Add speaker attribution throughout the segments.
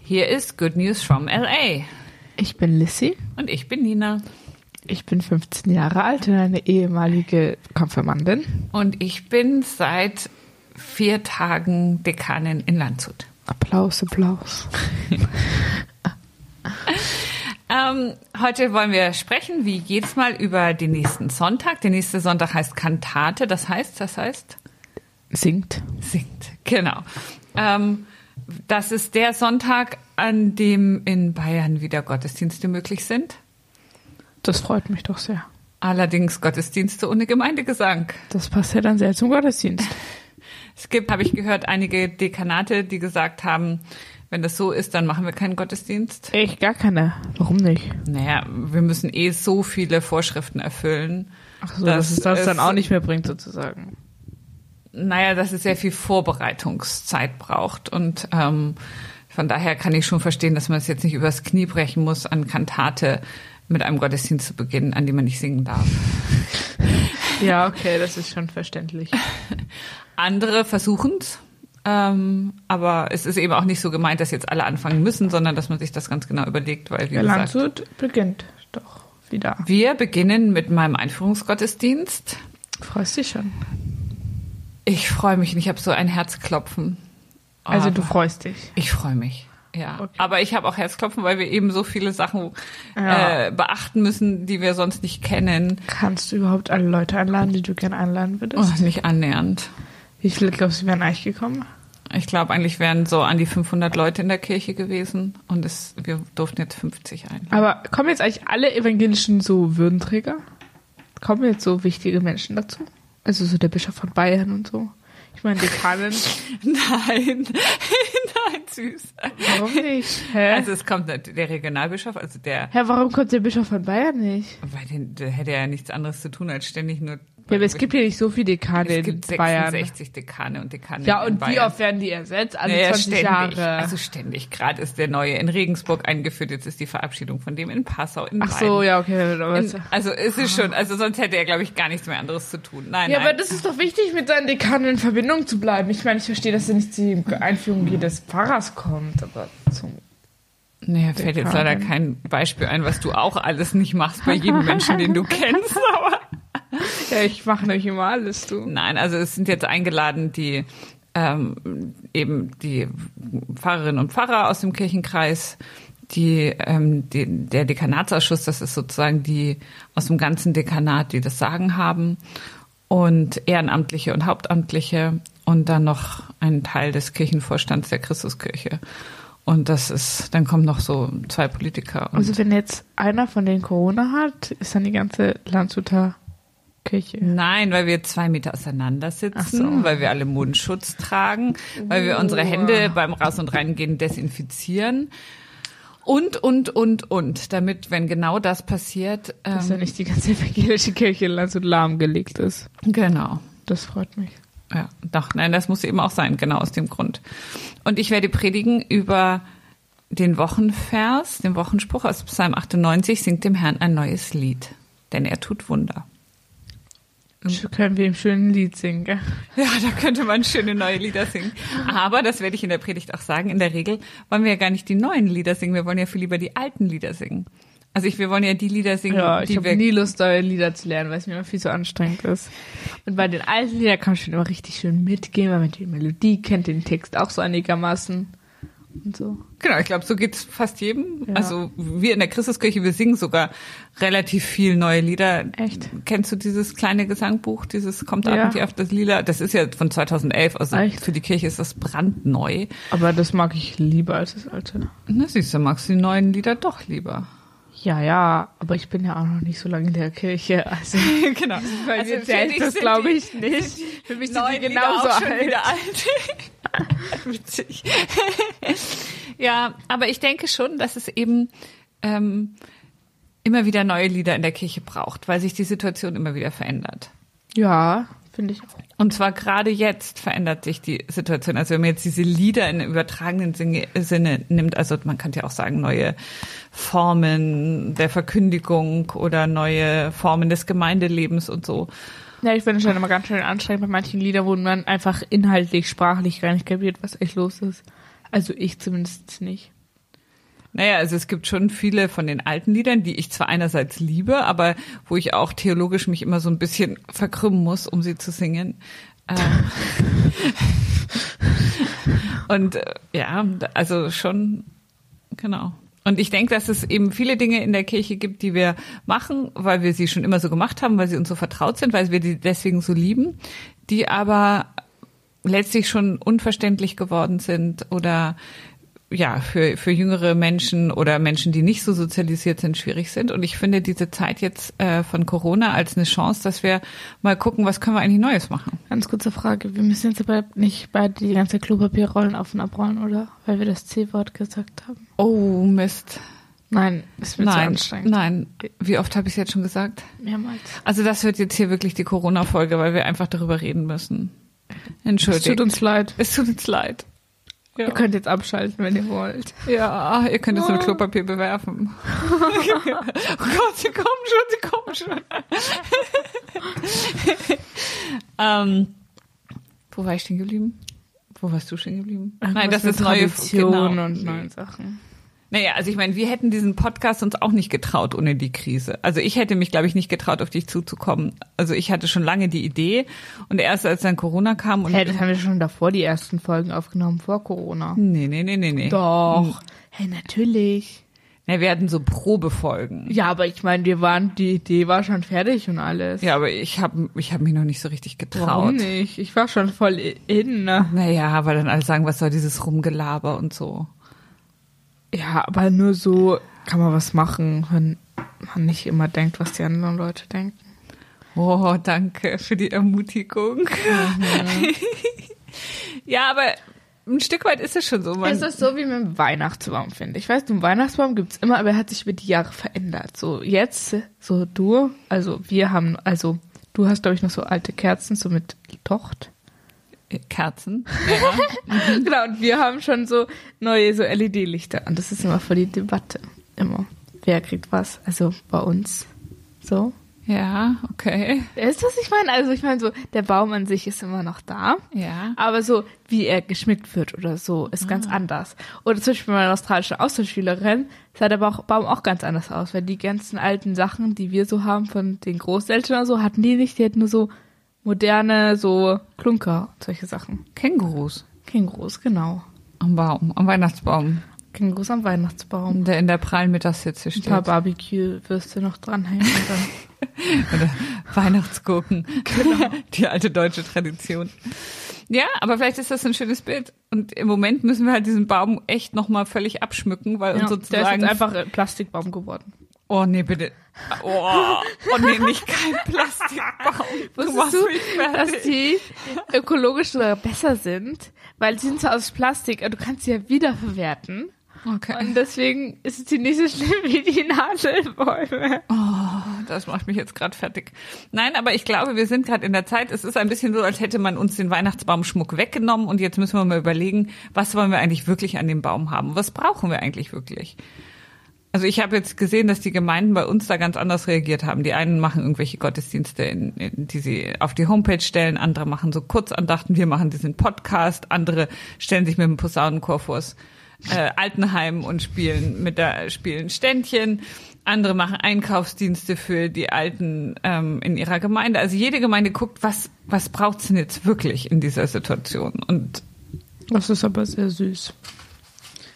Speaker 1: Hier ist Good News from LA.
Speaker 2: Ich bin Lissy.
Speaker 1: Und ich bin Nina.
Speaker 2: Ich bin 15 Jahre alt und eine ehemalige Konfirmandin.
Speaker 1: Und ich bin seit vier Tagen Dekanin in Landshut.
Speaker 2: Applaus, Applaus.
Speaker 1: Ähm, heute wollen wir sprechen, wie jedes Mal, über den nächsten Sonntag. Der nächste Sonntag heißt Kantate. Das heißt, das heißt,
Speaker 2: Singt.
Speaker 1: singt. Genau. Ähm, das ist der Sonntag, an dem in Bayern wieder Gottesdienste möglich sind.
Speaker 2: Das freut mich doch sehr.
Speaker 1: Allerdings Gottesdienste ohne Gemeindegesang.
Speaker 2: Das passt ja dann sehr zum Gottesdienst.
Speaker 1: Es gibt, habe ich gehört, einige Dekanate, die gesagt haben, wenn das so ist, dann machen wir keinen Gottesdienst.
Speaker 2: Ich gar keine. Warum nicht?
Speaker 1: Naja, wir müssen eh so viele Vorschriften erfüllen.
Speaker 2: Ach so, dass es das dann auch nicht mehr bringt, sozusagen.
Speaker 1: Naja, dass es sehr viel Vorbereitungszeit braucht. Und ähm, von daher kann ich schon verstehen, dass man es jetzt nicht übers Knie brechen muss, an Kantate mit einem Gottesdienst zu beginnen, an dem man nicht singen darf.
Speaker 2: Ja, okay, das ist schon verständlich.
Speaker 1: Andere versuchen es. Ähm, aber es ist eben auch nicht so gemeint, dass jetzt alle anfangen müssen, sondern dass man sich das ganz genau überlegt, weil wie
Speaker 2: Der
Speaker 1: gesagt,
Speaker 2: Landshut beginnt doch wieder.
Speaker 1: wir beginnen mit meinem Einführungsgottesdienst.
Speaker 2: Freust dich schon.
Speaker 1: Ich freue mich, und ich habe so ein Herzklopfen.
Speaker 2: Also
Speaker 1: Aber
Speaker 2: du freust dich.
Speaker 1: ich freue mich. Ja,
Speaker 2: Okay.
Speaker 1: aber ich habe auch Herzklopfen, weil wir eben so viele Sachen
Speaker 2: Ja.
Speaker 1: äh, beachten müssen, die wir sonst nicht kennen.
Speaker 2: Kannst du überhaupt alle Leute einladen, die du gerne einladen
Speaker 1: Oh,
Speaker 2: würdest?
Speaker 1: nicht annähernd.
Speaker 2: Wie viele glaubst du, wären eigentlich gekommen?
Speaker 1: Ich glaube, eigentlich wären so an die 500 Leute in der Kirche gewesen und es, wir durften jetzt 50 ein.
Speaker 2: Aber kommen jetzt eigentlich alle evangelischen so Würdenträger? Kommen jetzt so wichtige Menschen dazu? Also so der Bischof von Bayern und so. Ich meine, Dekanen,
Speaker 1: Nein, nein, süß.
Speaker 2: warum nicht? Hä?
Speaker 1: Also es kommt nat- der Regionalbischof, also der,
Speaker 2: Hä, warum kommt der Bischof von Bayern nicht?
Speaker 1: weil den, der hätte ja nichts anderes zu tun, als ständig nur.
Speaker 2: Ja, aber es gibt hier nicht so viele Dekane
Speaker 1: es
Speaker 2: in
Speaker 1: gibt
Speaker 2: Bayern.
Speaker 1: 66 Dekane und Dekane.
Speaker 2: Ja,
Speaker 1: in
Speaker 2: und
Speaker 1: Bayern.
Speaker 2: wie oft werden die ersetzt? Alle
Speaker 1: Naja,
Speaker 2: 20
Speaker 1: ständig.
Speaker 2: Jahre.
Speaker 1: Also ständig. Gerade ist der neue in Regensburg eingeführt. Jetzt ist die Verabschiedung von dem in Passau. In
Speaker 2: Ach so,
Speaker 1: Baden.
Speaker 2: ja, okay. Aber
Speaker 1: In, also ist es ist schon. Also sonst hätte er, glaube ich, gar nichts mehr anderes zu tun. Nein,
Speaker 2: ja, aber
Speaker 1: nein.
Speaker 2: das ist doch wichtig, mit seinen Dekanen in Verbindung zu bleiben. Ich meine, ich verstehe, dass er nicht zur Einführung jedes Pfarrers kommt, aber zum
Speaker 1: Naja, fällt jetzt leider
Speaker 2: Dekanen.
Speaker 1: kein Beispiel ein, was du auch alles nicht machst bei jedem Menschen, den du kennst. Aber
Speaker 2: Ja, ich mache nämlich immer alles, du.
Speaker 1: Nein, also es sind jetzt eingeladen die ähm, eben die Pfarrerinnen und Pfarrer aus dem Kirchenkreis, die, ähm, die der Dekanatsausschuss, das ist sozusagen die aus dem ganzen Dekanat, die das Sagen haben und Ehrenamtliche und Hauptamtliche und dann noch ein Teil des Kirchenvorstands der Christuskirche. Und das ist, dann kommen noch so zwei Politiker. Und
Speaker 2: Also wenn jetzt einer von denen Corona hat, ist dann die ganze Landshuter Kirche.
Speaker 1: Nein, weil wir zwei Meter auseinandersitzen,
Speaker 2: Ach so.
Speaker 1: weil wir alle Mundschutz tragen, weil wir unsere Hände beim Raus- und Reingehen desinfizieren. Und, und, und, und. Damit, wenn genau das passiert.
Speaker 2: Dass ja
Speaker 1: Ähm,
Speaker 2: nicht die ganze evangelische Kirche in Landshut lahmgelegt ist.
Speaker 1: genau.
Speaker 2: Das freut mich.
Speaker 1: Ja, doch, nein, das muss eben auch sein, genau aus dem Grund. Und ich werde predigen über den Wochenvers, den Wochenspruch aus Psalm 98, singt dem Herrn ein neues Lied, denn er tut Wunder.
Speaker 2: Können wir im schönen Lied singen, gell?
Speaker 1: Ja, da könnte man schöne neue Lieder singen. Aber das werde ich in der Predigt auch sagen. In der Regel wollen wir ja gar nicht die neuen Lieder singen. Wir wollen ja viel lieber die alten Lieder singen. Also ich, wir wollen ja die Lieder singen,
Speaker 2: Ja, ich
Speaker 1: die
Speaker 2: habe
Speaker 1: wir.
Speaker 2: nie Lust, neue Lieder zu lernen, weil es mir immer viel zu anstrengend ist. Und bei den alten Liedern kann man schon immer richtig schön mitgehen, weil man die Melodie kennt, den Text auch so einigermaßen und so.
Speaker 1: Genau, ich glaube, so geht's fast jedem.
Speaker 2: Ja.
Speaker 1: Also wir in der Christuskirche, wir singen sogar relativ viel neue Lieder.
Speaker 2: Echt?
Speaker 1: Kennst du dieses kleine Gesangbuch, dieses Kommt ab
Speaker 2: Ja.
Speaker 1: und die auf das Lila? Das ist ja von 2011, also
Speaker 2: Echt?
Speaker 1: für die Kirche ist das brandneu.
Speaker 2: Aber das mag ich lieber als das alte.
Speaker 1: Na siehst du, magst du die neuen Lieder doch lieber.
Speaker 2: Ja, ja, aber ich bin ja auch noch nicht so lange in der Kirche. Also
Speaker 1: genau.
Speaker 2: bei
Speaker 1: Also
Speaker 2: mir
Speaker 1: für
Speaker 2: zählt
Speaker 1: dich
Speaker 2: das,
Speaker 1: sind
Speaker 2: glaube
Speaker 1: die-
Speaker 2: ich, nicht. Für mich sind die
Speaker 1: neuen Lieder
Speaker 2: genauso
Speaker 1: auch schon
Speaker 2: alt.
Speaker 1: wieder alt. Witzig. ja, aber ich denke schon, dass es eben ähm, immer wieder neue Lieder in der Kirche braucht, weil sich die Situation immer wieder verändert.
Speaker 2: Ja, finde ich auch.
Speaker 1: Und zwar gerade jetzt verändert sich die Situation. Also wenn man jetzt diese Lieder in übertragenen Sinne, Sinne nimmt, also man könnte ja auch sagen, neue Formen der Verkündigung oder neue Formen des Gemeindelebens und so.
Speaker 2: Ja, ich finde es schon immer ganz schön anstrengend bei manchen Liedern, wo man einfach inhaltlich, sprachlich gar nicht kapiert, was echt los ist. Also ich zumindest nicht.
Speaker 1: Naja, also es gibt schon viele von den alten Liedern, die ich zwar einerseits liebe, aber wo ich auch theologisch mich immer so ein bisschen verkrümmen muss, um sie zu singen. Ähm, Und äh, ja, also schon, genau. Und ich denke, dass es eben viele Dinge in der Kirche gibt, die wir machen, weil wir sie schon immer so gemacht haben, weil sie uns so vertraut sind, weil wir die deswegen so lieben, die aber letztlich schon unverständlich geworden sind oder ja, für, für jüngere Menschen oder Menschen, die nicht so sozialisiert sind, schwierig sind. Und ich finde diese Zeit jetzt äh, von Corona als eine Chance, dass wir mal gucken, was können wir eigentlich Neues machen.
Speaker 2: Ganz kurze Frage. Wir müssen jetzt aber nicht beide die ganze Klopapierrollen auf und abrollen, oder? Weil wir das C-Wort gesagt haben.
Speaker 1: Oh, Mist.
Speaker 2: Nein, ist mir zu
Speaker 1: Nein,
Speaker 2: anstrengend.
Speaker 1: nein. Wie oft habe ich es jetzt schon gesagt?
Speaker 2: Mehrmals.
Speaker 1: Also das wird jetzt hier wirklich die Corona-Folge, weil wir einfach darüber reden müssen.
Speaker 2: Es
Speaker 1: Entschuldigt.
Speaker 2: tut uns leid.
Speaker 1: es tut uns leid. Ja.
Speaker 2: Ihr könnt jetzt abschalten, wenn ihr wollt.
Speaker 1: ja, ihr könnt es
Speaker 2: Ah.
Speaker 1: mit Klopapier bewerfen. oh Gott, sie kommen schon, sie kommen schon. ähm, wo war ich stehen geblieben? Wo warst du stehen geblieben? Nein, das ist neue
Speaker 2: Tradition
Speaker 1: genau.
Speaker 2: und neue Sachen.
Speaker 1: Naja, also ich meine, wir hätten diesen Podcast uns auch nicht getraut ohne die Krise. Also ich hätte mich, glaube ich, nicht getraut, auf dich zuzukommen. Also ich hatte schon lange die Idee und erst als dann Corona kam und
Speaker 2: Hey, das haben wir schon davor die ersten Folgen aufgenommen, vor Corona.
Speaker 1: nee, nee, nee, nee, nee.
Speaker 2: Doch. Hey, natürlich.
Speaker 1: Na, wir hatten so Probefolgen.
Speaker 2: Ja, aber ich meine, wir waren, die Idee war schon fertig und alles.
Speaker 1: Ja, aber ich habe ich hab mich noch nicht so richtig getraut.
Speaker 2: Warum nicht? Ich war schon voll i- in. ne?
Speaker 1: Naja, weil dann alle sagen, was soll dieses Rumgelaber und so.
Speaker 2: Ja, aber nur so kann man was machen, wenn man nicht immer denkt, was die anderen Leute denken.
Speaker 1: Oh, danke für die Ermutigung. Mhm. ja, aber ein Stück weit ist es schon so. Man,
Speaker 2: Es ist so wie mit dem Weihnachtsbaum, finde ich. Weißt du, einen Weihnachtsbaum gibt's immer, aber er hat sich über die Jahre verändert. So jetzt, so du, also wir haben, also du hast, glaube ich, noch so alte Kerzen, so mit Tocht.
Speaker 1: Kerzen.
Speaker 2: genau, und wir haben schon so neue so LED-Lichter. Und das ist immer voll die Debatte. Immer. Wer kriegt was? Also bei uns. So.
Speaker 1: Ja, okay.
Speaker 2: Weißt du, was ich meine? Also ich meine so, der Baum an sich ist immer noch da.
Speaker 1: Ja.
Speaker 2: Aber so, wie er geschmückt wird oder so, ist ganz anders. Oder zum Beispiel meine australische Austauschschülerin sah der Bauch- Baum auch ganz anders aus, weil die ganzen alten Sachen, die wir so haben von den Großeltern oder so, hatten die nicht. Die hatten nur so moderne, so Klunker und solche Sachen.
Speaker 1: Kängurus
Speaker 2: Kängurus, genau.
Speaker 1: am Baum, am Weihnachtsbaum,
Speaker 2: Kängurus am Weihnachtsbaum.
Speaker 1: der in der prallen Mittagshitze
Speaker 2: Ein paar
Speaker 1: steht.
Speaker 2: Barbecue-Würste noch dranhängen. und dann-
Speaker 1: Weihnachtsgurken. Genau. Die alte deutsche Tradition. Ja, aber vielleicht ist das ein schönes Bild. Und im Moment müssen wir halt diesen Baum echt nochmal völlig abschmücken, weil uns
Speaker 2: ja, der ist
Speaker 1: sozusagen.
Speaker 2: jetzt einfach ein Plastikbaum geworden.
Speaker 1: oh nee, bitte. Oh, oh nee, nicht kein Plastikbaum.
Speaker 2: Wusstest
Speaker 1: machst
Speaker 2: du,
Speaker 1: mich fertig.
Speaker 2: dass die ökologisch sogar besser sind, weil sie sind zwar aus Plastik, aber du kannst sie ja wiederverwerten.
Speaker 1: Okay.
Speaker 2: Und deswegen ist sie nicht so schlimm wie die Nadelbäume.
Speaker 1: Oh, Das macht mich jetzt gerade fertig. Nein, aber ich glaube, wir sind gerade in der Zeit. Es ist ein bisschen so, als hätte man uns den Weihnachtsbaumschmuck weggenommen und jetzt müssen wir mal überlegen, was wollen wir eigentlich wirklich an dem Baum haben? Was brauchen wir eigentlich wirklich? Also ich habe jetzt gesehen, dass die Gemeinden bei uns da ganz anders reagiert haben. Die einen machen irgendwelche Gottesdienste, in, in, die sie auf die Homepage stellen, andere machen so Kurzandachten, wir machen diesen Podcast, andere stellen sich mit dem Posaunenchor vors äh, Altenheim und spielen mit der spielen Ständchen. Andere machen Einkaufsdienste für die Alten ähm, in ihrer Gemeinde. Also jede Gemeinde guckt, was was braucht's denn jetzt wirklich in dieser Situation? Und
Speaker 2: Das ist aber sehr süß.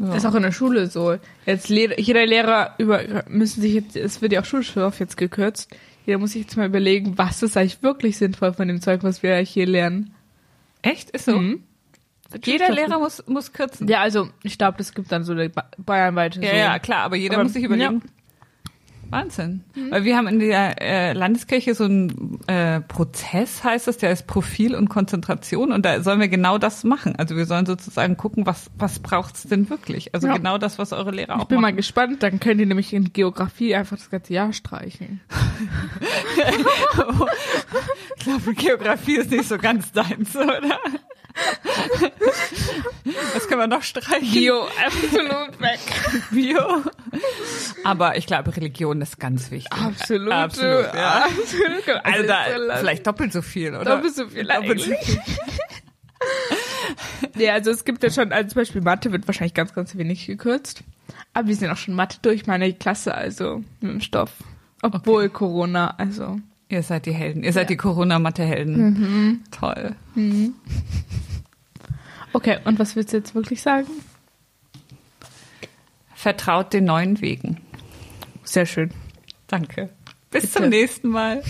Speaker 1: ja.
Speaker 2: Ist auch in der Schule so. Jetzt le- jeder Lehrer über müssen sich jetzt, es wird ja auch Schulstoff jetzt gekürzt. Jeder muss sich jetzt mal überlegen, was ist eigentlich wirklich sinnvoll von dem Zeug, was wir hier lernen.
Speaker 1: echt ist so.
Speaker 2: Mhm.
Speaker 1: Jeder Lehrer muss muss kürzen.
Speaker 2: Ja, also ich glaube, das gibt dann so eine ba bayernweite.
Speaker 1: Ja,
Speaker 2: so.
Speaker 1: ja, klar, aber jeder
Speaker 2: Aber-
Speaker 1: muss sich überlegen. Mhm. Wahnsinn. Weil wir haben in der äh, Landeskirche so einen äh, Prozess, heißt es, der ist Profil und Konzentration und da sollen wir genau das machen. Also wir sollen sozusagen gucken, was, was braucht's denn wirklich? Also
Speaker 2: Ja.
Speaker 1: genau das, was eure Lehrer
Speaker 2: Ich
Speaker 1: auch
Speaker 2: bin mal
Speaker 1: machen.
Speaker 2: gespannt, dann könnt ihr nämlich in Geografie einfach das ganze Jahr streichen.
Speaker 1: Ich glaube, Geografie ist nicht so ganz deins, oder? Was können wir noch streichen?
Speaker 2: Geo, absolut weg.
Speaker 1: Bio. Aber ich glaube, Religion ist ganz wichtig.
Speaker 2: Absolut.
Speaker 1: Absolut, ja.
Speaker 2: absolut.
Speaker 1: Also
Speaker 2: Alles
Speaker 1: da,
Speaker 2: drin
Speaker 1: vielleicht doppelt so viel,
Speaker 2: lassen.
Speaker 1: oder?
Speaker 2: doppelt so viel
Speaker 1: Doppelt so
Speaker 2: eigentlich. Ja, also es gibt ja schon, also zum Beispiel Mathe wird wahrscheinlich ganz, ganz wenig gekürzt. Aber wir sind auch schon Mathe durch meine Klasse, also mit dem Stoff. Obwohl Corona, also.
Speaker 1: Ihr seid die Helden. Ihr seid die Corona-Mathe-Helden. Toll.
Speaker 2: Okay, und was willst du jetzt wirklich sagen?
Speaker 1: Vertraut den neuen Wegen.
Speaker 2: Sehr schön.
Speaker 1: Danke. Bis
Speaker 2: Bitte.
Speaker 1: zum nächsten Mal.